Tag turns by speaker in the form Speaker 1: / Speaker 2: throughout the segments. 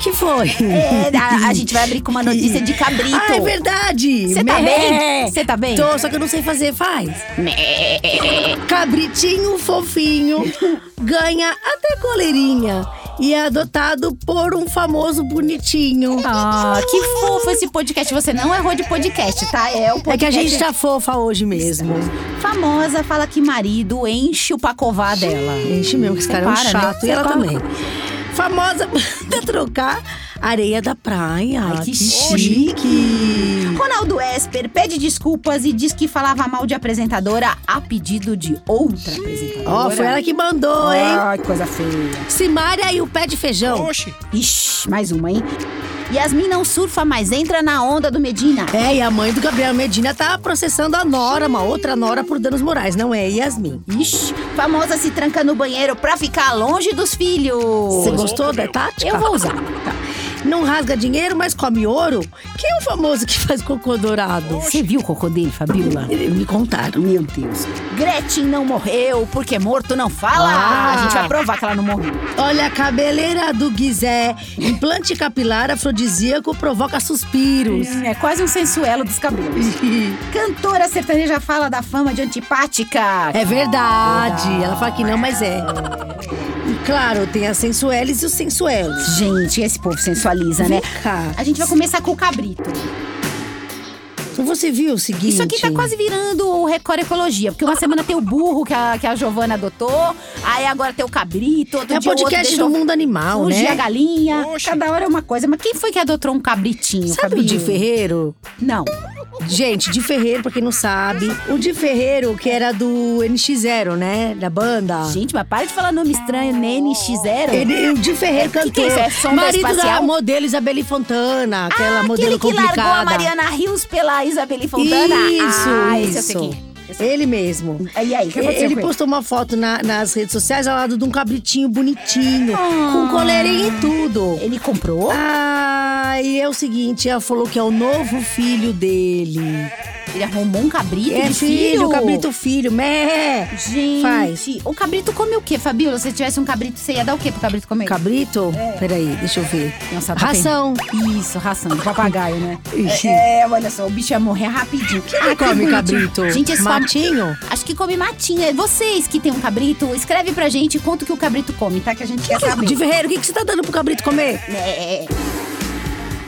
Speaker 1: Que foi?
Speaker 2: É, a, a gente vai abrir com uma notícia de cabrito.
Speaker 1: Ah, é verdade!
Speaker 2: Você tá
Speaker 1: Mé.
Speaker 2: bem? Você tá bem?
Speaker 1: Tô, só que eu não sei fazer. Faz.
Speaker 2: Mé.
Speaker 1: Cabritinho fofinho ganha até coleirinha e é adotado por um famoso bonitinho.
Speaker 2: Ah, que fofo esse podcast. Você não errou de podcast, tá? É o podcast.
Speaker 1: É que a gente tá fofa hoje mesmo.
Speaker 2: tá Famosa fala que marido enche o pacová dela.
Speaker 1: Enche mesmo, que esse cara é um
Speaker 2: Para, né?
Speaker 1: chato.
Speaker 2: Você
Speaker 1: E ela
Speaker 2: para.
Speaker 1: também. Famosa pra trocar areia da praia.
Speaker 2: Ai, que
Speaker 1: chique.
Speaker 2: Ronaldo Esper pede desculpas e diz que falava mal de apresentadora a pedido de outra apresentadora.
Speaker 1: Ó, foi ela que mandou, hein?
Speaker 2: Ai, que coisa feia.
Speaker 1: Simária e o pé de feijão.
Speaker 3: Oxi.
Speaker 2: Ixi, mais uma, hein? Yasmin não surfa, mas entra na onda do Medina.
Speaker 1: É, e a mãe do Gabriel Medina tá processando a Nora, uma outra Nora, por danos morais, não é Yasmin.
Speaker 2: Ixi, famosa se tranca no banheiro pra ficar longe dos filhos.
Speaker 1: Você gostou da tática?
Speaker 2: Eu vou usar.
Speaker 1: Tá. Não rasga dinheiro, mas come ouro? Quem é o famoso que faz cocô dourado?
Speaker 2: Você viu o cocô dele, Fabiola?
Speaker 1: Me contaram.
Speaker 2: Meu Deus. Gretchen não morreu, porque morto não fala.
Speaker 1: Ah.
Speaker 2: A gente vai provar que ela não morreu.
Speaker 1: Olha, a cabeleira do Guizé. Implante capilar afrodisíaco provoca suspiros.
Speaker 2: É quase um sensuelo dos cabelos. Cantora sertaneja fala da fama de antipática.
Speaker 1: É verdade. Ela fala que não, mas é. E claro, tem as sensueles e os sensuelos.
Speaker 2: Gente, esse povo sensualiza, né?
Speaker 1: Vem cá.
Speaker 2: A gente vai começar com o cabrito.
Speaker 1: Você viu o seguinte?
Speaker 2: Isso aqui tá quase virando o Record Ecologia, porque uma semana tem o burro que a, que a Giovana adotou, aí agora tem o cabrito, outro um
Speaker 1: É
Speaker 2: dia o outro
Speaker 1: podcast do
Speaker 2: deixou
Speaker 1: mundo animal,
Speaker 2: fugir a
Speaker 1: né?
Speaker 2: galinha.
Speaker 3: Oxe.
Speaker 2: Cada hora é uma coisa. Mas quem foi que adotou um cabritinho,
Speaker 1: Sabe o
Speaker 2: Fabi?
Speaker 1: de Ferreiro?
Speaker 2: Não.
Speaker 1: Gente, de Ferreiro, pra quem não sabe. O de Ferreiro, que era do NX0, né? Da banda.
Speaker 2: Gente, mas para de falar nome estranho, NX0.
Speaker 1: Ele, o de Ferreiro
Speaker 2: que
Speaker 1: cantou.
Speaker 2: é isso? É sonda
Speaker 1: marido da
Speaker 2: espacial?
Speaker 1: modelo Isabelle Fontana, aquela
Speaker 2: ah,
Speaker 1: modelo
Speaker 2: aquele que
Speaker 1: complicada.
Speaker 2: largou a Mariana Rios pela Isabelle Fontana?
Speaker 1: Isso,
Speaker 2: ah, Esse
Speaker 1: isso.
Speaker 2: eu sei quem é. Eu sei
Speaker 1: Ele mesmo.
Speaker 2: quem é. E aí, o que aconteceu
Speaker 1: Ele
Speaker 2: com ele?
Speaker 1: postou uma foto na- nas redes sociais ao lado de um cabritinho bonitinho,
Speaker 2: Ah.
Speaker 1: com coleirinha e tudo.
Speaker 2: Ele comprou?
Speaker 1: Ah, e é o seguinte, ela falou que é o novo filho dele.
Speaker 2: Ele arrumou um cabrito
Speaker 1: É
Speaker 2: de
Speaker 1: filho, cabrito filho, mé.
Speaker 2: Gente,
Speaker 1: Faz.
Speaker 2: o cabrito come o quê, Fabíola? Se tivesse um cabrito, você ia dar o quê pro cabrito comer?
Speaker 1: Cabrito? Peraí, deixa eu ver.
Speaker 2: Nossa, tá
Speaker 1: Ração.
Speaker 2: bem- Isso, ração de papagaio, né?
Speaker 1: Ixi.
Speaker 2: É, olha só, o bicho ia morrer rapidinho. Quem
Speaker 1: Quem come cabrito?
Speaker 2: Gente, esse fam-
Speaker 1: Matinho?
Speaker 2: Acho que come matinho. É vocês que tem um cabrito, escreve pra gente quanto que o cabrito come, tá? Que a gente quer saber.
Speaker 1: De Ferreiro, o que, que você tá dando pro cabrito comer?
Speaker 2: É.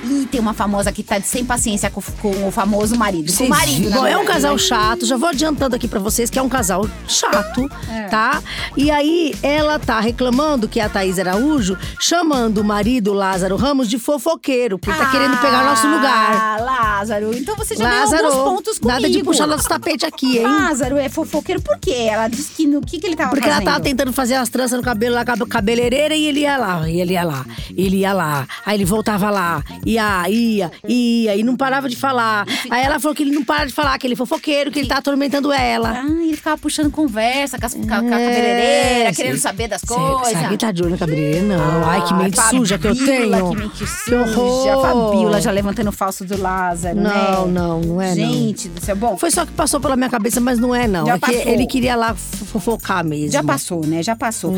Speaker 2: Ih, tem uma famosa que tá de sem paciência com, com o famoso marido. Com o marido,
Speaker 1: Bom,
Speaker 2: né?
Speaker 1: é um casal chato, já vou adiantando aqui pra vocês que é um casal chato,
Speaker 2: É.
Speaker 1: tá? E aí ela tá reclamando que é a Thaís Araújo chamando o marido Lázaro Ramos de fofoqueiro, porque tá querendo pegar o nosso lugar.
Speaker 2: Ah, Lázaro. Então você já
Speaker 1: Lázaro,
Speaker 2: ganhou alguns pontos comigo.
Speaker 1: nada de puxar nosso tapete aqui, hein?
Speaker 2: Lázaro é fofoqueiro por quê? Ela disse que no que, que ele tava
Speaker 1: Porque ela
Speaker 2: Tá
Speaker 1: tá
Speaker 2: fazendo?
Speaker 1: tava tentando fazer as tranças no cabelo lá com a cabeleireira e ele ia lá, e ele ia lá, ele ia lá. Aí ele voltava lá, ia, ia, ia, e não parava de falar. Aí ela falou que ele não para de falar, que ele é fofoqueiro, que ele tá atormentando ela.
Speaker 2: Ah, ele ficava puxando conversa com, as, com a, com a
Speaker 1: É,
Speaker 2: cabeleireira,
Speaker 1: sim.
Speaker 2: querendo saber das
Speaker 1: Sério, Sabe quem
Speaker 2: coisas.
Speaker 1: tá de olho na cabeleireira? Não. Ai, que mente
Speaker 2: Ah, Fabiola,
Speaker 1: suja que eu tenho.
Speaker 2: Que mente
Speaker 1: Que
Speaker 2: suja.
Speaker 1: horror.
Speaker 2: Fabiola já levantando o falso do Lázaro, né?
Speaker 1: Não, não, não é não.
Speaker 2: Gente do céu, bom,
Speaker 1: Foi só que passou pela minha cabeça, mas não é não.
Speaker 2: Já
Speaker 1: é que
Speaker 2: passou.
Speaker 1: ele queria lá fofocar mesmo. Hum.
Speaker 2: já passou, né? Já passou.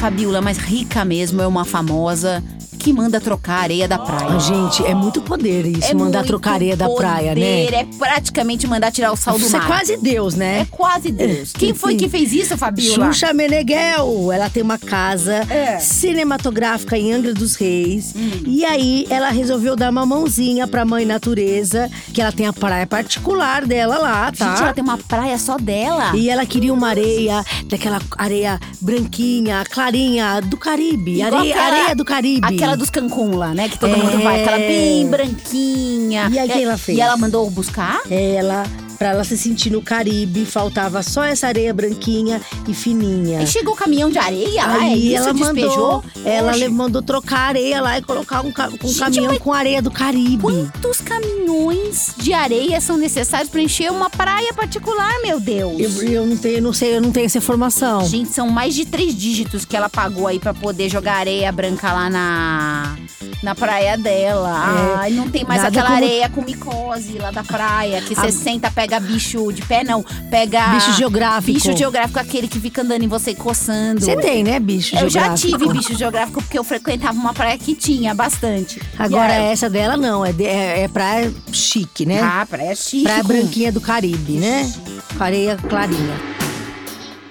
Speaker 2: Fabiola, mas rica mesmo, é uma famosa que manda trocar a areia da praia.
Speaker 1: Ah, gente, é muito poder isso,
Speaker 2: É
Speaker 1: mandar
Speaker 2: muito
Speaker 1: trocar areia da praia, né?
Speaker 2: poder, É praticamente mandar tirar o sal do
Speaker 1: Isso é
Speaker 2: mar.
Speaker 1: quase Deus,
Speaker 2: É
Speaker 1: né?
Speaker 2: quase Deus. Quem foi que fez isso, Fabiola?
Speaker 1: Xuxa Meneghel, ela tem uma casa
Speaker 2: É. Hum.
Speaker 1: cinematográfica em Angra dos Reis. E aí ela resolveu dar uma mãozinha pra mãe natureza, que ela tem a praia particular dela lá, tá?
Speaker 2: Gente, ela tá. tem uma praia só dela.
Speaker 1: E ela queria uma areia, daquela areia branquinha, clarinha, do Caribe.
Speaker 2: Igual
Speaker 1: Areia,
Speaker 2: aquela-
Speaker 1: areia do Caribe.
Speaker 2: Aquela dos Cancún lá, né? Que todo
Speaker 1: É.
Speaker 2: mundo vai. Aquela bem branquinha. É,
Speaker 1: E aí, quem ela fez?
Speaker 2: E ela mandou buscar?
Speaker 1: Ela, pra ela se sentir no Caribe, faltava só essa areia branquinha e fininha.
Speaker 2: Aí chegou o caminhão de areia lá, é
Speaker 1: É. Aí
Speaker 2: isso?
Speaker 1: ela
Speaker 2: despejou.
Speaker 1: mandou, ela
Speaker 2: Oxe,
Speaker 1: le- mandou trocar a areia lá e colocar um, ca- um
Speaker 2: Gente,
Speaker 1: caminhão
Speaker 2: mas-
Speaker 1: com areia do Caribe.
Speaker 2: Quantos caminhões de areia são necessários para encher uma praia particular, meu Deus?
Speaker 1: Eu, eu não tenho, eu não sei, eu não tenho essa informação.
Speaker 2: Gente, são mais de três dígitos que ela pagou aí pra poder jogar areia branca lá na, na praia dela.
Speaker 1: É,
Speaker 2: Ai, não tem mais
Speaker 1: nada
Speaker 2: aquela
Speaker 1: como-
Speaker 2: areia com micose lá da praia, que
Speaker 1: A-
Speaker 2: você senta, pega pega bicho de pé, não. Pega.
Speaker 1: Bicho geográfico.
Speaker 2: Bicho geográfico, aquele que fica andando em você e coçando.
Speaker 1: Você tem, né, bicho
Speaker 2: Eu já
Speaker 1: geográfico?
Speaker 2: tive bicho geográfico porque eu frequentava uma praia que tinha bastante.
Speaker 1: Agora,
Speaker 2: E aí-
Speaker 1: essa dela não, é, de- é, é praia chique, né?
Speaker 2: Ah, praia chique.
Speaker 1: praia
Speaker 2: com-
Speaker 1: branquinha do Caribe, né? Com areia clarinha.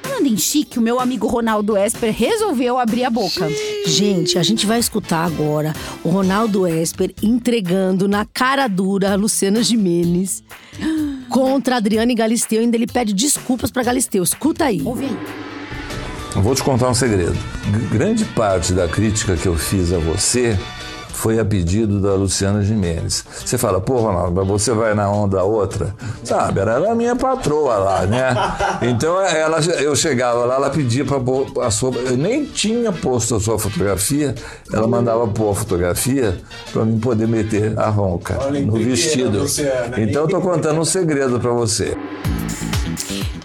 Speaker 2: Falando em chique, o meu amigo Ronaldo Esper resolveu abrir a boca.
Speaker 1: Gente, a gente vai escutar agora o Ronaldo Esper entregando na cara dura a Luciana Jimenez contra a Adriane Galisteu. Ainda ele pede desculpas pra Galisteu. Escuta aí.
Speaker 2: Ouve aí.
Speaker 3: Eu Vou te contar um segredo. G- grande parte da crítica que eu fiz a você foi a pedido da Luciana Jimenez. Você fala, pô, Ronaldo, mas você vai na onda outra? Sabe, ela era a minha patroa lá, né? Então ela, eu chegava lá, ela pedia pra pôr a sua. Eu nem tinha posto a sua fotografia, ela mandava pôr a fotografia pra mim poder meter a ronca
Speaker 4: Olha,
Speaker 3: no
Speaker 4: intrigueira,
Speaker 3: vestido.
Speaker 4: Luciana,
Speaker 3: Então eu tô
Speaker 4: intrigueira.
Speaker 3: contando um segredo pra você.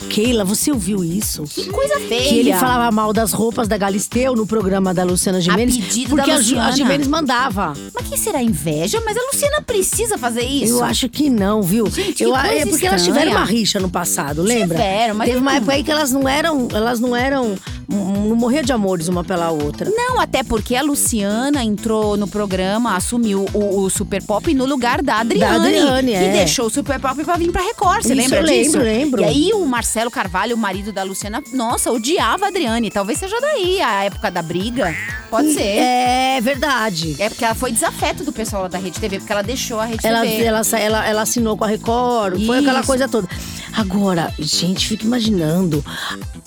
Speaker 1: Keila, você ouviu isso?
Speaker 2: Que coisa feia.
Speaker 1: Que ele falava mal das roupas da Galisteu no programa da Luciana Gimenez.
Speaker 2: pedido
Speaker 1: porque
Speaker 2: da
Speaker 1: a Ju- a
Speaker 2: Luciana.
Speaker 1: Gimenez mandava.
Speaker 2: Mas que será inveja? Mas a Luciana precisa fazer isso.
Speaker 1: Eu acho que não, viu?
Speaker 2: Gente, que
Speaker 1: eu,
Speaker 2: coisa
Speaker 1: é porque elas
Speaker 2: estranha.
Speaker 1: tiveram uma rixa no passado, lembra?
Speaker 2: Tiveram, mas
Speaker 1: Teve uma
Speaker 2: não-
Speaker 1: época aí que elas não eram. Elas não eram. Não morria de amores uma pela outra.
Speaker 2: Não, até porque a Luciana entrou no programa, assumiu o, o Super Pop no lugar da Adriane.
Speaker 1: Adriane,
Speaker 2: que
Speaker 1: é.
Speaker 2: deixou o Super Pop pra vir pra Record, você
Speaker 1: Isso,
Speaker 2: lembra
Speaker 1: eu
Speaker 2: disso?
Speaker 1: lembro, lembro.
Speaker 2: E aí o Marcelo Carvalho, o marido da Luciana, nossa, odiava a Adriane. Talvez seja daí a época da briga. Pode ser. É.
Speaker 1: É verdade.
Speaker 2: porque ela foi desafeto do pessoal da Rede TV, porque ela deixou a Rede
Speaker 1: Ela,
Speaker 2: TV.
Speaker 1: ela, ela, ela assinou com a Record, foi aquela
Speaker 2: Isso.
Speaker 1: coisa toda. Agora, gente, fica imaginando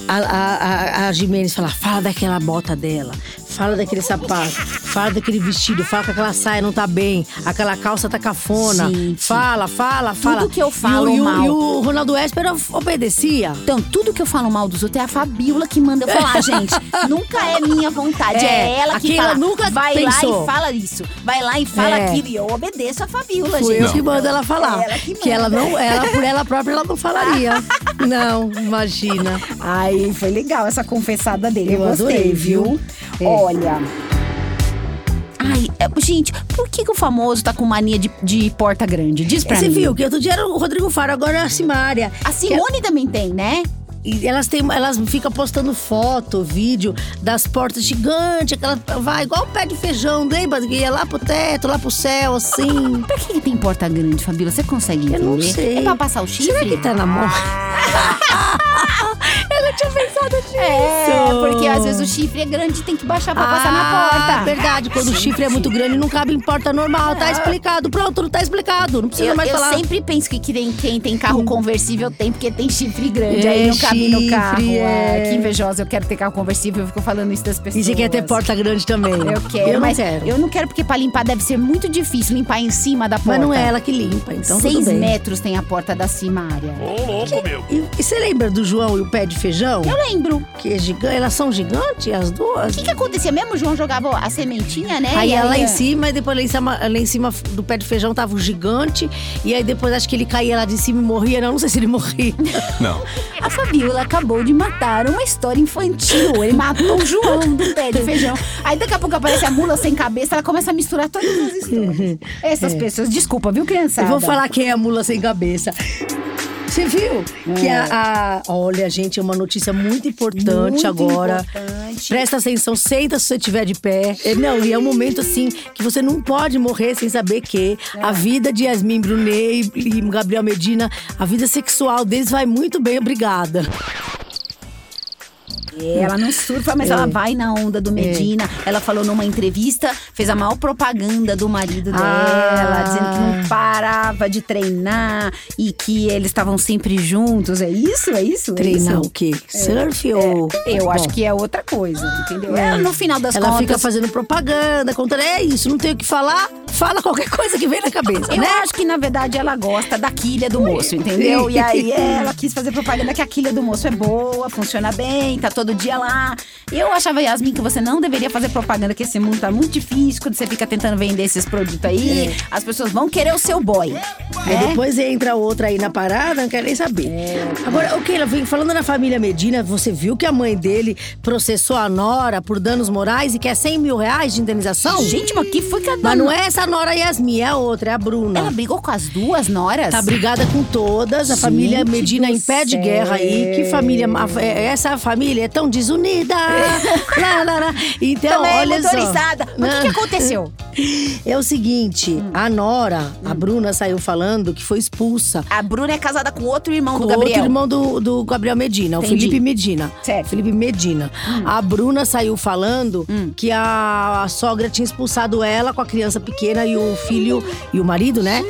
Speaker 1: a, a, a, a Jimenez falar: fala daquela bota dela, fala daquele sapato, fala daquele vestido, fala que aquela saia não tá bem, aquela calça tá cafona.
Speaker 2: Gente.
Speaker 1: Fala, fala, fala.
Speaker 2: que eu
Speaker 1: E o-
Speaker 2: falo
Speaker 1: e o,
Speaker 2: mal.
Speaker 1: E o Ronaldo Esper obedecia.
Speaker 2: Então, tudo que eu falo mal dos outros é a Fabiola que manda eu falar, gente. Nunca é minha vontade, é,
Speaker 1: É,
Speaker 2: ela
Speaker 1: a
Speaker 2: que
Speaker 1: Keila
Speaker 2: fala.
Speaker 1: nunca
Speaker 2: Vai lá
Speaker 1: pensou.
Speaker 2: e fala isso. Vai lá e fala
Speaker 1: É.
Speaker 2: aquilo. E eu obedeço a Fabiola,
Speaker 1: Foi
Speaker 2: gente.
Speaker 1: eu que mando ela falar.
Speaker 2: É ela que manda.
Speaker 1: ela não, ela por ela própria ela não falaria. não, imagina.
Speaker 2: Ai, foi legal essa confessada dele.
Speaker 1: Eu
Speaker 2: Eu, gostei,
Speaker 1: adorei, viu?
Speaker 2: viu?
Speaker 1: É.
Speaker 2: Olha. Ai, é, gente, por que, que o famoso tá com mania de, de porta grande? Diz pra
Speaker 1: Você
Speaker 2: mim.
Speaker 1: viu é que outro dia era o Rodrigo Faro, agora é a Simária.
Speaker 2: A Simone também tem, né?
Speaker 1: E elas, têm, elas ficam postando foto, vídeo das portas gigantes, aquela. Vai igual o pé de feijão, lembra? Que ia lá pro teto, lá pro céu, assim.
Speaker 2: Pra que, que tem porta grande, Fabíola? Você consegue entender?
Speaker 1: Eu não sei.
Speaker 2: É pra passar o chifre? Ah.
Speaker 1: Será que tá na mão? Ela tinha pensado nisso. Ah,
Speaker 2: É, porque às vezes o chifre é grande e tem que baixar pra passar na porta.
Speaker 1: verdade. Quando o chifre é muito grande, não cabe em porta normal. Tá explicado. Pronto, não tá explicado. Não precisa
Speaker 2: Eu,
Speaker 1: mais
Speaker 2: eu
Speaker 1: falar. Hum.
Speaker 2: sempre penso que quem, quem tem carro conversível tem, porque tem chifre grande.
Speaker 1: É,
Speaker 2: aí não cabe no
Speaker 1: chifre,
Speaker 2: carro.
Speaker 1: é.
Speaker 2: Ah, que invejosa, eu quero ter carro conversível, eu fico falando isso das pessoas.
Speaker 1: E você quer ter porta grande também.
Speaker 2: Eu quero,
Speaker 1: não
Speaker 2: mas
Speaker 1: quero.
Speaker 2: eu não quero porque pra limpar deve ser muito difícil limpar em cima da porta.
Speaker 1: Mas não é ela que limpa, então tudo
Speaker 2: Seis
Speaker 1: bem.
Speaker 2: metros tem a porta da Simária.
Speaker 1: E, e você lembra do João e o pé de feijão?
Speaker 2: Eu lembro. O
Speaker 1: Que é gigante. Elas são gigantes, as duas?
Speaker 2: que, que acontecia mesmo? O João jogava a sementinha, né?
Speaker 1: Aí
Speaker 2: E
Speaker 1: ela lá em cima, e depois lá em cima, lá em cima do pé de feijão tava o gigante. E aí depois acho que ele caía lá de cima e morria. Não, não sei se ele morria.
Speaker 5: Não.
Speaker 2: A Fabiola acabou de matar uma história infantil. Ele matou o João do pé de feijão. Aí daqui a pouco aparece a mula sem cabeça, ela começa a misturar todas as histórias. Essas pessoas, desculpa, viu, criançada?
Speaker 1: É. Eu vou falar quem é a mula sem cabeça. Você viu? Que
Speaker 2: É.
Speaker 1: a, a- Olha, gente, é uma notícia muito importante
Speaker 2: Muito
Speaker 1: agora.
Speaker 2: importante.
Speaker 1: Presta atenção, senta se você estiver de pé. É, Não, e é um momento assim que você não pode morrer sem saber que
Speaker 2: É.
Speaker 1: a vida de Yasmin Brunet e e Gabriel Medina, a vida sexual deles vai muito bem, obrigada.
Speaker 2: É, Ela não surfa, mas ela vai na onda
Speaker 1: É.
Speaker 2: do Medina. Ela falou numa entrevista, fez a maior propaganda do marido
Speaker 1: Ah.
Speaker 2: dela, dizendo que não parava de treinar e que eles estavam sempre juntos. É isso? É isso? É
Speaker 1: Treinar
Speaker 2: isso?
Speaker 1: o quê? Surf ou.
Speaker 2: É, Eu acho
Speaker 1: Bom, É.
Speaker 2: que é outra coisa, entendeu? Ela, no final das
Speaker 1: Ela
Speaker 2: contas.
Speaker 1: fica fazendo propaganda, contando. É isso, não tem o que falar, fala qualquer coisa que vem na cabeça,
Speaker 2: Eu
Speaker 1: né?
Speaker 2: acho que, na verdade, ela gosta da quilha do moço, entendeu? E aí ela quis fazer propaganda que a quilha do moço é boa, funciona bem, tá todo todo dia lá. Eu achava, Yasmin, que você não deveria fazer propaganda, que esse mundo tá muito difícil quando você fica tentando vender esses produtos aí.
Speaker 1: É.
Speaker 2: As pessoas vão querer o seu boy.
Speaker 1: Aí
Speaker 2: né?
Speaker 1: depois entra outra aí na parada, não quer nem saber.
Speaker 2: É.
Speaker 1: Agora, o que ela vem falando na família Medina, você viu que a mãe dele processou a Nora por danos morais e quer 100 mil reais de indenização?
Speaker 2: Gente, mas que foi que a
Speaker 1: Mas não
Speaker 2: dona-
Speaker 1: é essa Nora Yasmin, é a outra, é a Bruna.
Speaker 2: Ela brigou com as duas noras?
Speaker 1: Tá brigada com todas, a família
Speaker 2: Gente
Speaker 1: Medina
Speaker 2: do
Speaker 1: em pé de
Speaker 2: céu.
Speaker 1: guerra aí. Que família. a- é- Essa família é tão desunida. lá, lá, lá. Então,
Speaker 2: Também é
Speaker 1: olha só.
Speaker 2: motorizada. Mas o que,
Speaker 1: Não.
Speaker 2: que aconteceu?
Speaker 1: É o seguinte, a Nora, a Bruna saiu falando que foi expulsa.
Speaker 2: A Bruna é casada com outro irmão
Speaker 1: Com
Speaker 2: do Gabriel.
Speaker 1: outro irmão do, do Gabriel Medina,
Speaker 2: Entendi.
Speaker 1: o Felipe Medina.
Speaker 2: Certo. Hum.
Speaker 1: Felipe Medina. A Bruna saiu falando que a, a sogra tinha expulsado ela com a criança pequena e o filho e o marido, né?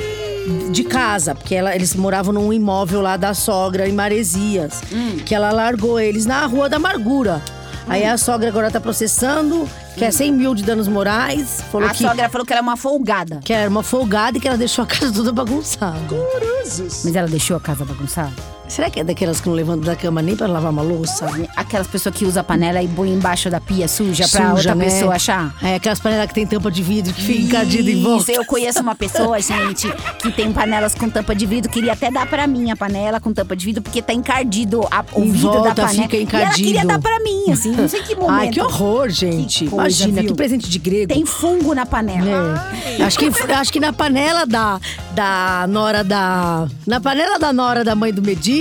Speaker 1: De casa, porque ela- eles moravam num imóvel lá da sogra em Maresias.
Speaker 2: Hum.
Speaker 1: Que ela largou eles na Rua da Amargura. Aí a sogra agora tá processando, quer 100 mil de danos morais. Falou
Speaker 2: Hum. A
Speaker 1: que,
Speaker 2: sogra falou que ela é uma folgada.
Speaker 1: que era uma folgada e que ela deixou a casa toda bagunçada.
Speaker 2: Hum. Mas ela deixou a casa bagunçada?
Speaker 1: Será que é daquelas que não levantam da cama nem pra lavar uma louça?
Speaker 2: Aquelas pessoas que usa a panela e põe embaixo da pia suja pra outra
Speaker 1: né?
Speaker 2: pessoa achar?
Speaker 1: É, aquelas panelas que tem tampa de vidro que fica encadida em
Speaker 2: Isso,
Speaker 1: volta.
Speaker 2: eu conheço uma pessoa, gente, que tem panelas com tampa de vidro. Queria até dar pra mim a panela com tampa de vidro, porque tá encardido a- o
Speaker 1: Em
Speaker 2: vidro da
Speaker 1: volta,
Speaker 2: panela.
Speaker 1: fica
Speaker 2: E ela queria
Speaker 1: encardido.
Speaker 2: dar pra mim, assim, não sei que momento.
Speaker 1: Ai, que horror, gente.
Speaker 2: Que coisa,
Speaker 1: Imagina,
Speaker 2: viu?
Speaker 1: que presente de grego.
Speaker 2: Tem fungo na panela.
Speaker 1: É. Acho que, acho que na panela da, da Nora da. Na panela da Nora da mãe do Medina,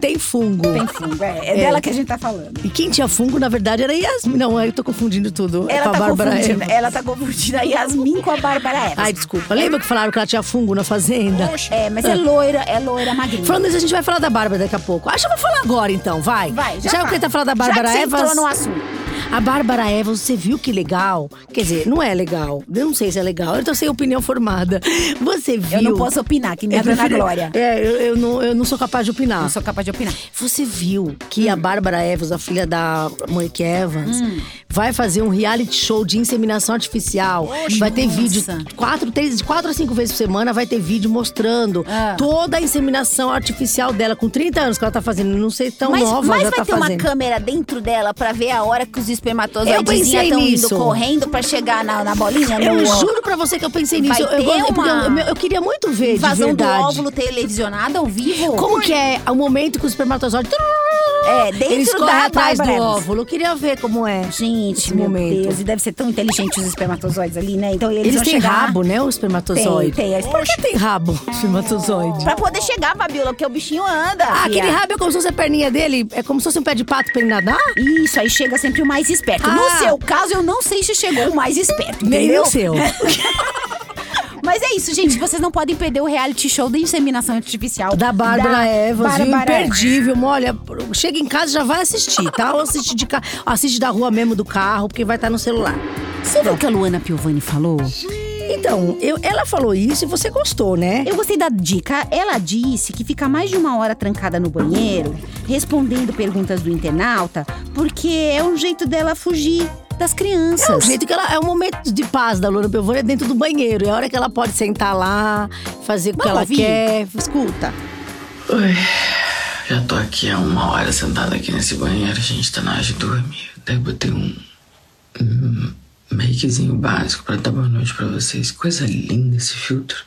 Speaker 1: tem fungo.
Speaker 2: É. Tem fungo, é, é dela que a gente tá falando.
Speaker 1: E quem tinha fungo, na verdade, era Yasmin. Não, eu tô confundindo tudo. é com
Speaker 2: Ela
Speaker 1: a
Speaker 2: tá,
Speaker 1: Bárbara
Speaker 2: confundindo,
Speaker 1: Eva.
Speaker 2: ela tá confundindo a Yasmin com a Bárbara Eva.
Speaker 1: Ai, desculpa. Lembra que falaram que ela tinha fungo na fazenda?
Speaker 2: É, mas é loira, é loira magrinha.
Speaker 1: Falando isso, a gente vai falar da Bárbara daqui a pouco. Acho que eu vou falar agora, então, vai.
Speaker 2: Vai, já
Speaker 1: Já
Speaker 2: fala.
Speaker 1: que tá falando da Bárbara
Speaker 2: Já que você
Speaker 1: Evas.
Speaker 2: entrou no assunto.
Speaker 1: A Bárbara Eva, você viu que legal? Quer dizer, não é legal. Eu não sei se é legal. Eu tô sem opinião formada. Você viu.
Speaker 2: Eu não posso opinar, que nem a
Speaker 1: Eu
Speaker 2: Dona
Speaker 1: prefiro-
Speaker 2: Glória.
Speaker 1: É, eu, eu não, eu não sou capaz de opinar.
Speaker 2: Não sou Hum. capaz de opinar.
Speaker 1: Você viu que a Bárbara Evans, a filha da Monique Evans,
Speaker 2: Hum.
Speaker 1: vai fazer um reality show de inseminação artificial. vai ter
Speaker 2: nossa.
Speaker 1: vídeo quatro, três, de quatro a cinco vezes por semana, vai ter vídeo mostrando
Speaker 2: Ah.
Speaker 1: toda a inseminação artificial dela, com 30 anos que ela tá fazendo. Não sei tão
Speaker 2: mas
Speaker 1: nova
Speaker 2: mas
Speaker 1: já
Speaker 2: vai
Speaker 1: tá
Speaker 2: ter
Speaker 1: fazendo.
Speaker 2: uma câmera dentro dela pra ver a hora que os espermatozoides
Speaker 1: pensei
Speaker 2: estão indo
Speaker 1: nisso.
Speaker 2: correndo pra chegar na, na bolinha.
Speaker 1: Eu
Speaker 2: no,
Speaker 1: juro pra você que eu pensei nisso.
Speaker 2: É Vai
Speaker 1: Eu,
Speaker 2: ter
Speaker 1: eu- porque
Speaker 2: uma
Speaker 1: eu- eu- eu queria muito ver, de
Speaker 2: Invasão do
Speaker 1: verdade.
Speaker 2: óvulo televisionada ao vivo?
Speaker 1: Como que é o momento que o espermatozoide...
Speaker 2: É, dentro
Speaker 1: Eles
Speaker 2: da
Speaker 1: correm atrás do
Speaker 2: Bárbara Evans.
Speaker 1: óvulo. Eu queria ver como é.
Speaker 2: Gente,
Speaker 1: Esse
Speaker 2: meu
Speaker 1: momento.
Speaker 2: Deus, e deve ser tão inteligente os espermatozoides ali, né? Então eles,
Speaker 1: Eles,
Speaker 2: vão
Speaker 1: têm
Speaker 2: chegar...
Speaker 1: rabo, né, o espermatozoide?
Speaker 2: Tem, tem.
Speaker 1: Por que tem rabo, o espermatozoide?
Speaker 2: Pra poder chegar, Fabiola, porque o bichinho anda. fia.
Speaker 1: Ah, aquele rabo é como se fosse a perninha dele? É como se fosse um pé de pato pra ele nadar?
Speaker 2: Isso, aí chega sempre o mais esperto. No
Speaker 1: Ah.
Speaker 2: seu caso, eu não sei se chegou o mais esperto,
Speaker 1: Nem
Speaker 2: entendeu?
Speaker 1: o seu.
Speaker 2: Mas é isso, gente. Vocês não podem perder o reality show da inseminação artificial.
Speaker 1: Da Bárbara Evans, viu?
Speaker 2: Bárbara
Speaker 1: Imperdível. Olha, chega em casa e já vai assistir, tá? Ou assiste, de ca... assiste da rua mesmo do carro, porque vai estar no celular.
Speaker 2: Você viu o que a Luana Piovani falou?
Speaker 1: Então, eu- ela falou isso e você gostou, né?
Speaker 2: Eu gostei da dica. Ela disse que fica mais de uma hora trancada no banheiro, respondendo perguntas do internauta, porque é um jeito dela fugir das crianças.
Speaker 1: É o jeito que ela. É o momento de paz da Luana Piovani é dentro do banheiro. É a hora que ela pode sentar lá, fazer o que
Speaker 2: Vamos
Speaker 1: ela
Speaker 2: ouvir?
Speaker 1: quer. Escuta.
Speaker 4: Oi. Já tô aqui há uma hora sentada aqui nesse banheiro. A gente tá na hora de dormir. Daí botei um, um makezinho básico pra dar boa noite pra vocês. Coisa linda esse filtro.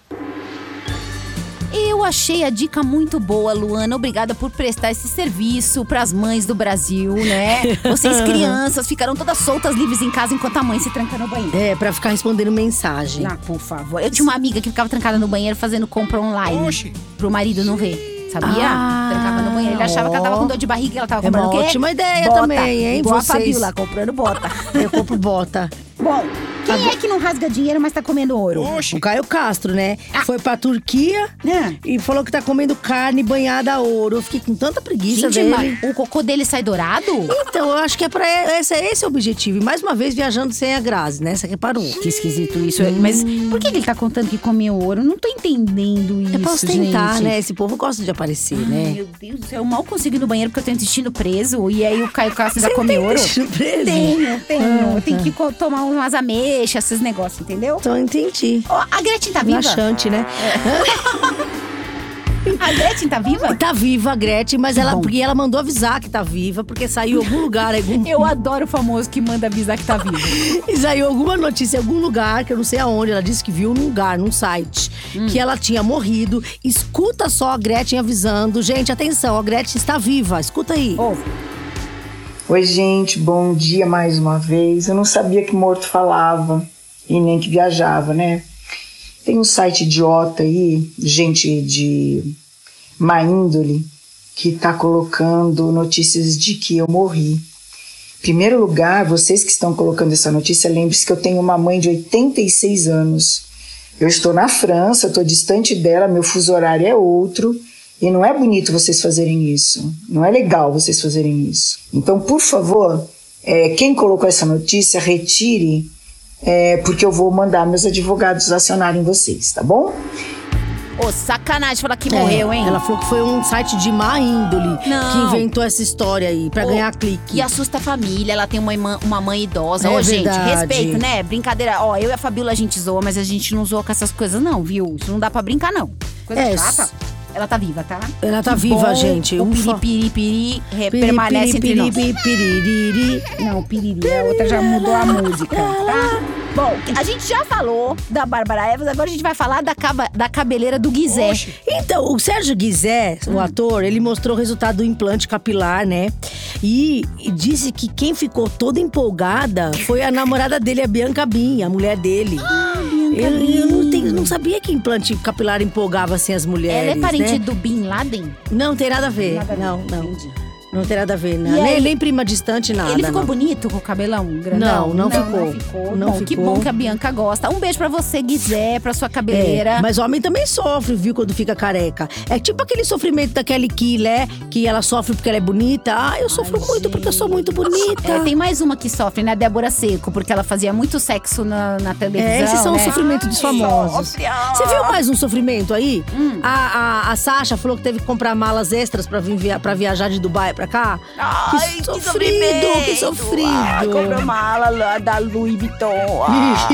Speaker 2: Eu achei a dica muito boa, Luana. Obrigada por prestar esse serviço pras mães do Brasil, né? Vocês, crianças, ficaram todas soltas, livres em casa enquanto a mãe se tranca no banheiro.
Speaker 1: É, pra ficar respondendo mensagem.
Speaker 2: Ah, por favor. Eu tinha uma amiga que ficava trancada no banheiro fazendo compra online. Pro marido não ver. Sabia?
Speaker 1: Ah,
Speaker 2: Trancava no banheiro. Ele achava que ela tava
Speaker 1: ó.
Speaker 2: com dor de barriga, ela tava
Speaker 1: É uma
Speaker 2: comprando o quê?
Speaker 1: ótima ideia
Speaker 2: Bota.
Speaker 1: também, hein,
Speaker 2: Igual a
Speaker 1: vocês.
Speaker 2: Fabiola, comprando bota.
Speaker 1: Eu compro bota.
Speaker 2: Bom, quem é que não rasga dinheiro, mas tá comendo ouro?
Speaker 1: O Caio Castro, né? Foi pra Turquia
Speaker 2: Ah. É.
Speaker 1: e falou que tá comendo carne banhada a ouro. Eu fiquei com tanta preguiça
Speaker 2: Gente,
Speaker 1: dele.
Speaker 2: mas o cocô dele sai dourado?
Speaker 1: Então, eu acho que é pra esse, é esse o objetivo. E mais uma vez, viajando sem a Grazi, né? Você reparou?
Speaker 2: Que esquisito isso. Mas por que que ele tá contando que comeu ouro? Eu Não tô entendendo isso.
Speaker 1: É pra ostentar,
Speaker 2: gente.
Speaker 1: né? Esse povo gosta de aparecer, né?
Speaker 2: Meu Deus do céu, eu mal consigo ir no banheiro porque eu tenho intestino preso. E aí o Caio Castro ainda
Speaker 1: Você
Speaker 2: come
Speaker 1: tem
Speaker 2: ouro. Ah, tá.
Speaker 1: intestino preso?
Speaker 2: Tenho, tenho. Eu tenho que co- tomar umas ameixas, esses negócios, entendeu?
Speaker 1: Então, eu entendi.
Speaker 2: Ó, a Gretchen tá viva?
Speaker 1: Relaxante, né?
Speaker 2: A Gretchen tá viva?
Speaker 1: Tá viva a Gretchen, mas ela, porque ela mandou avisar que tá viva, porque saiu em algum lugar, algum,
Speaker 2: Eu adoro o famoso que manda avisar que tá vivo.
Speaker 1: E saiu alguma notícia em algum lugar, que eu não sei aonde, ela disse que viu num lugar, num site,
Speaker 2: Hum.
Speaker 1: que ela tinha morrido. Escuta só a Gretchen avisando. Gente, atenção, a Gretchen está viva, escuta aí.
Speaker 2: Ouve.
Speaker 5: Oi, gente, bom dia mais uma vez. Eu não sabia que morto falava e nem que viajava, né? Tem um site idiota aí, gente de má índole, que tá colocando notícias de que eu morri. Primeiro lugar, vocês que estão colocando essa notícia, lembre-se que eu tenho uma mãe de 86 anos. Eu estou na França, estou distante dela, meu fuso horário é outro. E não é bonito vocês fazerem isso. Não é legal vocês fazerem isso. Então, por favor, eh, quem colocou essa notícia, retire, eh, porque eu vou mandar meus advogados acionarem vocês, tá bom?
Speaker 2: Ô, sacanagem falar que morreu, hein?
Speaker 1: É, Ela falou que foi um site de má índole
Speaker 2: Não.
Speaker 1: que inventou essa história aí, pra
Speaker 2: Ô,
Speaker 1: ganhar clique.
Speaker 2: E assusta a família, ela tem uma, irmã- uma mãe idosa.
Speaker 1: É
Speaker 2: Ô, gente,
Speaker 1: verdade.
Speaker 2: respeito, né? Brincadeira. Ó, eu e a Fabíola a gente zoa, mas a gente não zoa com essas coisas, não, viu? Isso não dá pra brincar, não. Coisa
Speaker 1: É,
Speaker 2: chata.
Speaker 1: s-
Speaker 2: Ela tá viva, tá?
Speaker 1: Ela tá
Speaker 2: Que
Speaker 1: viva,
Speaker 2: bom.
Speaker 1: gente.
Speaker 2: O
Speaker 1: Ufa.
Speaker 2: piripiri re-
Speaker 1: Piri,
Speaker 2: permanece
Speaker 1: piri,
Speaker 2: entre nós.
Speaker 1: piri, piririri.
Speaker 2: Não, piriri. A outra já mudou a música, tá? Bom, a gente já falou da Bárbara Evas, agora a gente vai falar da, caba- da cabeleira do Guizé.
Speaker 1: Então, o Sérgio Guizé,
Speaker 2: Hum.
Speaker 1: o ator, ele mostrou o resultado do implante capilar, né? E, e disse que quem ficou toda empolgada foi a namorada dele, a Bianca Bin, a mulher dele.
Speaker 2: Ah,
Speaker 1: eu, eu não, tenho- não sabia que implante capilar empolgava assim as mulheres.
Speaker 2: Ela é parente
Speaker 1: né?
Speaker 2: do Bin Laden?
Speaker 1: Não tem nada a ver.
Speaker 2: Nada a ver,
Speaker 1: não, não.
Speaker 2: entendi.
Speaker 1: Não tem nada a ver, né?
Speaker 2: E
Speaker 1: Nem,
Speaker 2: aí?
Speaker 1: nem prima distante, nada.
Speaker 2: Ele ficou
Speaker 1: não.
Speaker 2: bonito com o cabelão grandão?
Speaker 1: Não, não ficou.
Speaker 2: Não ficou.
Speaker 1: Não
Speaker 2: bom, Que
Speaker 1: ficou.
Speaker 2: bom que a Bianca gosta. Um beijo pra você, Guizé, pra sua cabeleira.
Speaker 1: É, mas homem também sofre, viu, quando fica careca. É tipo aquele sofrimento da Kelly Key, né? Que ela sofre porque ela é bonita. Ah, eu sofro muito porque eu sou muito bonita.
Speaker 2: É, tem mais uma que sofre, né? Débora Seco, porque ela fazia muito sexo na, na televisão.
Speaker 1: É, esses são
Speaker 2: né?
Speaker 1: os sofrimentos dos famosos. Você viu mais um sofrimento aí?
Speaker 2: Hum.
Speaker 1: A, a, a Sasha falou que teve que comprar malas extras pra, vir via- pra viajar de Dubai pra cá.
Speaker 2: Ai, que Ah,
Speaker 1: sofrido, que sofrido.
Speaker 2: mala lá da Louis Vuitton.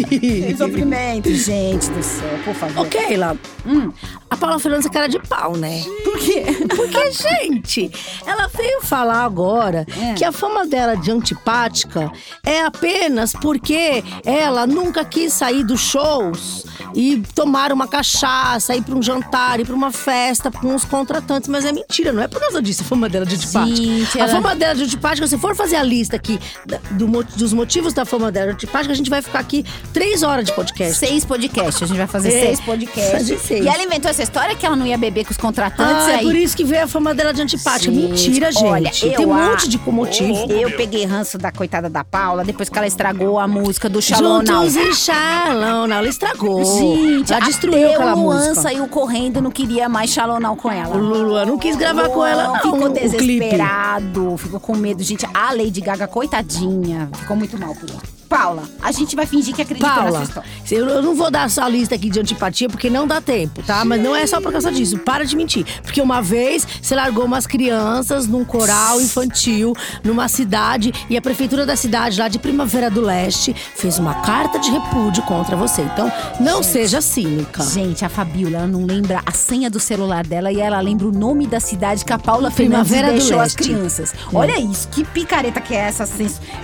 Speaker 2: que sofrimento, gente do céu, por favor.
Speaker 1: Ô, Keila,
Speaker 2: Hum.
Speaker 1: a Paula Fernandes é cara de pau, né?
Speaker 2: Por quê?
Speaker 1: Porque, gente, ela veio falar agora
Speaker 2: É.
Speaker 1: que a fama dela de antipática é apenas porque ela nunca quis sair dos shows e tomar uma cachaça, ir pra um jantar, ir pra uma festa com os contratantes. Mas é mentira, não é por causa disso a fama dela de antipática.
Speaker 2: Gente,
Speaker 1: A
Speaker 2: ela-
Speaker 1: fama dela de antipática, se for fazer a lista aqui da- do mo- dos motivos da fama dela de antipática, a gente vai ficar aqui três horas de podcast.
Speaker 2: Seis podcasts, a gente vai fazer
Speaker 1: É,
Speaker 2: seis podcasts.
Speaker 1: fazer seis.
Speaker 2: E ela inventou essa história que ela não ia beber com os contratantes
Speaker 1: Ah, é
Speaker 2: aí.
Speaker 1: por isso que veio a fama dela de antipática.
Speaker 2: Gente,
Speaker 1: Mentira, gente.
Speaker 2: olha,
Speaker 1: Tem
Speaker 2: eu
Speaker 1: um
Speaker 2: a-
Speaker 1: monte de motivo.
Speaker 2: Eu peguei ranço da coitada da Paula depois que ela estragou a música do Shalom Now.
Speaker 1: Juntos e Shalom, não, ela estragou.
Speaker 2: Gente,
Speaker 1: ela destruiu
Speaker 2: até
Speaker 1: aquela
Speaker 2: o Luan
Speaker 1: música.
Speaker 2: saiu correndo, não queria mais Shalom Now com ela.
Speaker 1: O Lula não quis gravar com ela, não,
Speaker 2: ficou
Speaker 1: o clipe.
Speaker 2: desesperado, ficou com medo. Gente, a Lady Gaga, coitadinha, ficou muito mal por ela. Paula, a gente vai fingir que acredita nessa
Speaker 1: Paula,
Speaker 2: história.
Speaker 1: eu, eu não vou dar essa lista aqui de antipatia porque não dá tempo, tá? Mas não é só por causa disso, para de mentir. Porque uma vez você largou umas crianças num coral infantil, numa cidade, e a prefeitura da cidade, lá de Primavera do Leste, fez uma carta de repúdio contra você. Então, não seja cínica.
Speaker 2: Gente, a Fabiola, ela não lembra a senha do celular dela e ela lembra o nome da cidade que a Paula Fernandes
Speaker 1: Primavera do
Speaker 2: deixou as
Speaker 1: Leste.
Speaker 2: crianças. Olha isso, que picareta que é essa,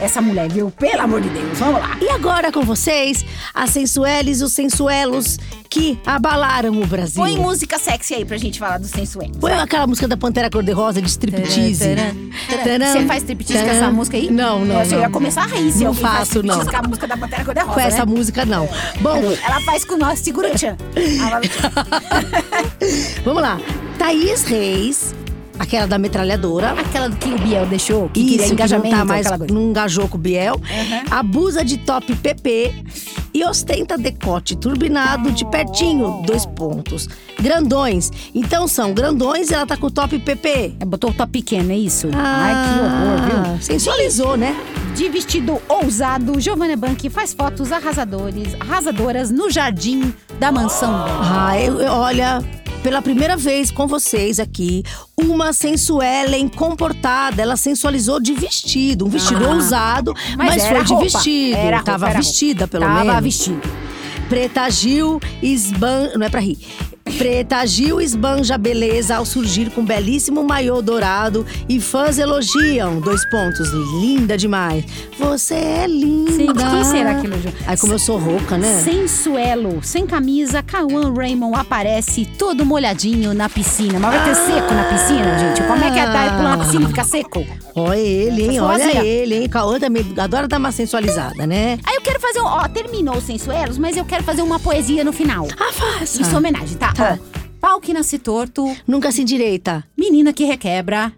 Speaker 2: essa mulher, viu? Pelo amor de Deus, vamos lá.
Speaker 1: E agora com vocês, as sensueles e os sensuelos que abalaram o Brasil.
Speaker 2: Põe música sexy aí pra gente falar do sensuelo.
Speaker 1: Põe aquela música da Pantera Cor-de-Rosa de striptease. Taran,
Speaker 2: Você faz striptease com
Speaker 1: taran.
Speaker 2: essa música aí?
Speaker 1: Não, não.
Speaker 2: Eu achei- eu ia
Speaker 1: não.
Speaker 2: começar a rir se
Speaker 1: Não
Speaker 2: alguém faz
Speaker 1: faço, não.
Speaker 2: striptease Com a música da Pantera Cor-de-Rosa,
Speaker 1: Com essa
Speaker 2: né?
Speaker 1: música, não. Bom,
Speaker 2: Ela faz com nós, segura o tchan. Ela-
Speaker 1: vamos lá. Thaís Reis, aquela da metralhadora.
Speaker 2: Aquela do que o Biel deixou, que
Speaker 1: Isso,
Speaker 2: queria engajamento,
Speaker 1: que não, tá mais,
Speaker 2: aquela coisa.
Speaker 1: não engajou com o Biel. Abusa de top PP e ostenta decote turbinado de pertinho, dois pontos. Grandões. Então são grandões e ela tá com o top PP.
Speaker 2: É, Botou o top pequeno, é isso?
Speaker 1: Ah.
Speaker 2: Ai, que horror, viu?
Speaker 1: Sensualizou, né?
Speaker 2: De vestido ousado, Giovanna Bank faz fotos arrasadores, arrasadoras no jardim da mansão dela.
Speaker 1: Ah, eu, eu- olha, pela primeira vez com vocês aqui, uma sensuelen comportada. Ela sensualizou de vestido, um vestido
Speaker 2: Ah.
Speaker 1: ousado, mas,
Speaker 2: era
Speaker 1: foi de
Speaker 2: roupa,
Speaker 1: vestido.
Speaker 2: Era roupa,
Speaker 1: Tava
Speaker 2: era roupa.
Speaker 1: vestida, pelo
Speaker 2: Tava
Speaker 1: menos.
Speaker 2: vestido.
Speaker 1: Preta Gil esban... Não é pra rir. Preta Gil esbanja beleza ao surgir com belíssimo maiô dourado e fãs elogiam. Dois pontos. Linda demais. Você é linda.
Speaker 2: Sim, de quem será que elogiou?
Speaker 1: Aí como eu sou rouca, né?
Speaker 2: Sem suelo, sem camisa, Cauã Raymond aparece todo molhadinho na piscina. Mas
Speaker 1: Ah.
Speaker 2: vai ter seco na piscina, gente? Como é que é dar ele pular na piscina e ficar seco?
Speaker 1: Olha ele, hein?
Speaker 2: Sou
Speaker 1: Olha
Speaker 2: sozinha.
Speaker 1: ele, hein? Cauã também adora dar uma sensualizada, né?
Speaker 2: Aí eu quero fazer um. Ó, terminou os sensuelos, mas eu quero fazer uma poesia no final.
Speaker 1: Ah, faça.
Speaker 2: Isso é homenagem, tá?
Speaker 1: Tá.
Speaker 2: Ó, pau que nasce torto,
Speaker 1: Nunca se endireita.
Speaker 2: menina que requebra,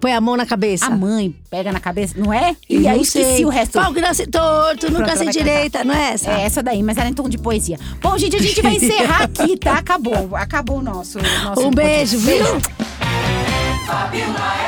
Speaker 1: Põe a mão na cabeça.
Speaker 2: a mãe pega na cabeça, não é? E
Speaker 1: Não
Speaker 2: aí
Speaker 1: sei.
Speaker 2: esqueci o resto.
Speaker 1: Pau que nasce torto, nunca
Speaker 2: ela
Speaker 1: se
Speaker 2: vai
Speaker 1: endireita, não é essa?
Speaker 2: É essa daí, mas era em tom de poesia. Bom, gente, a gente vai encerrar aqui, tá? Acabou. Acabou o nosso. o nosso
Speaker 1: Um beijo,
Speaker 2: podcast.
Speaker 1: viu?
Speaker 6: Fabiola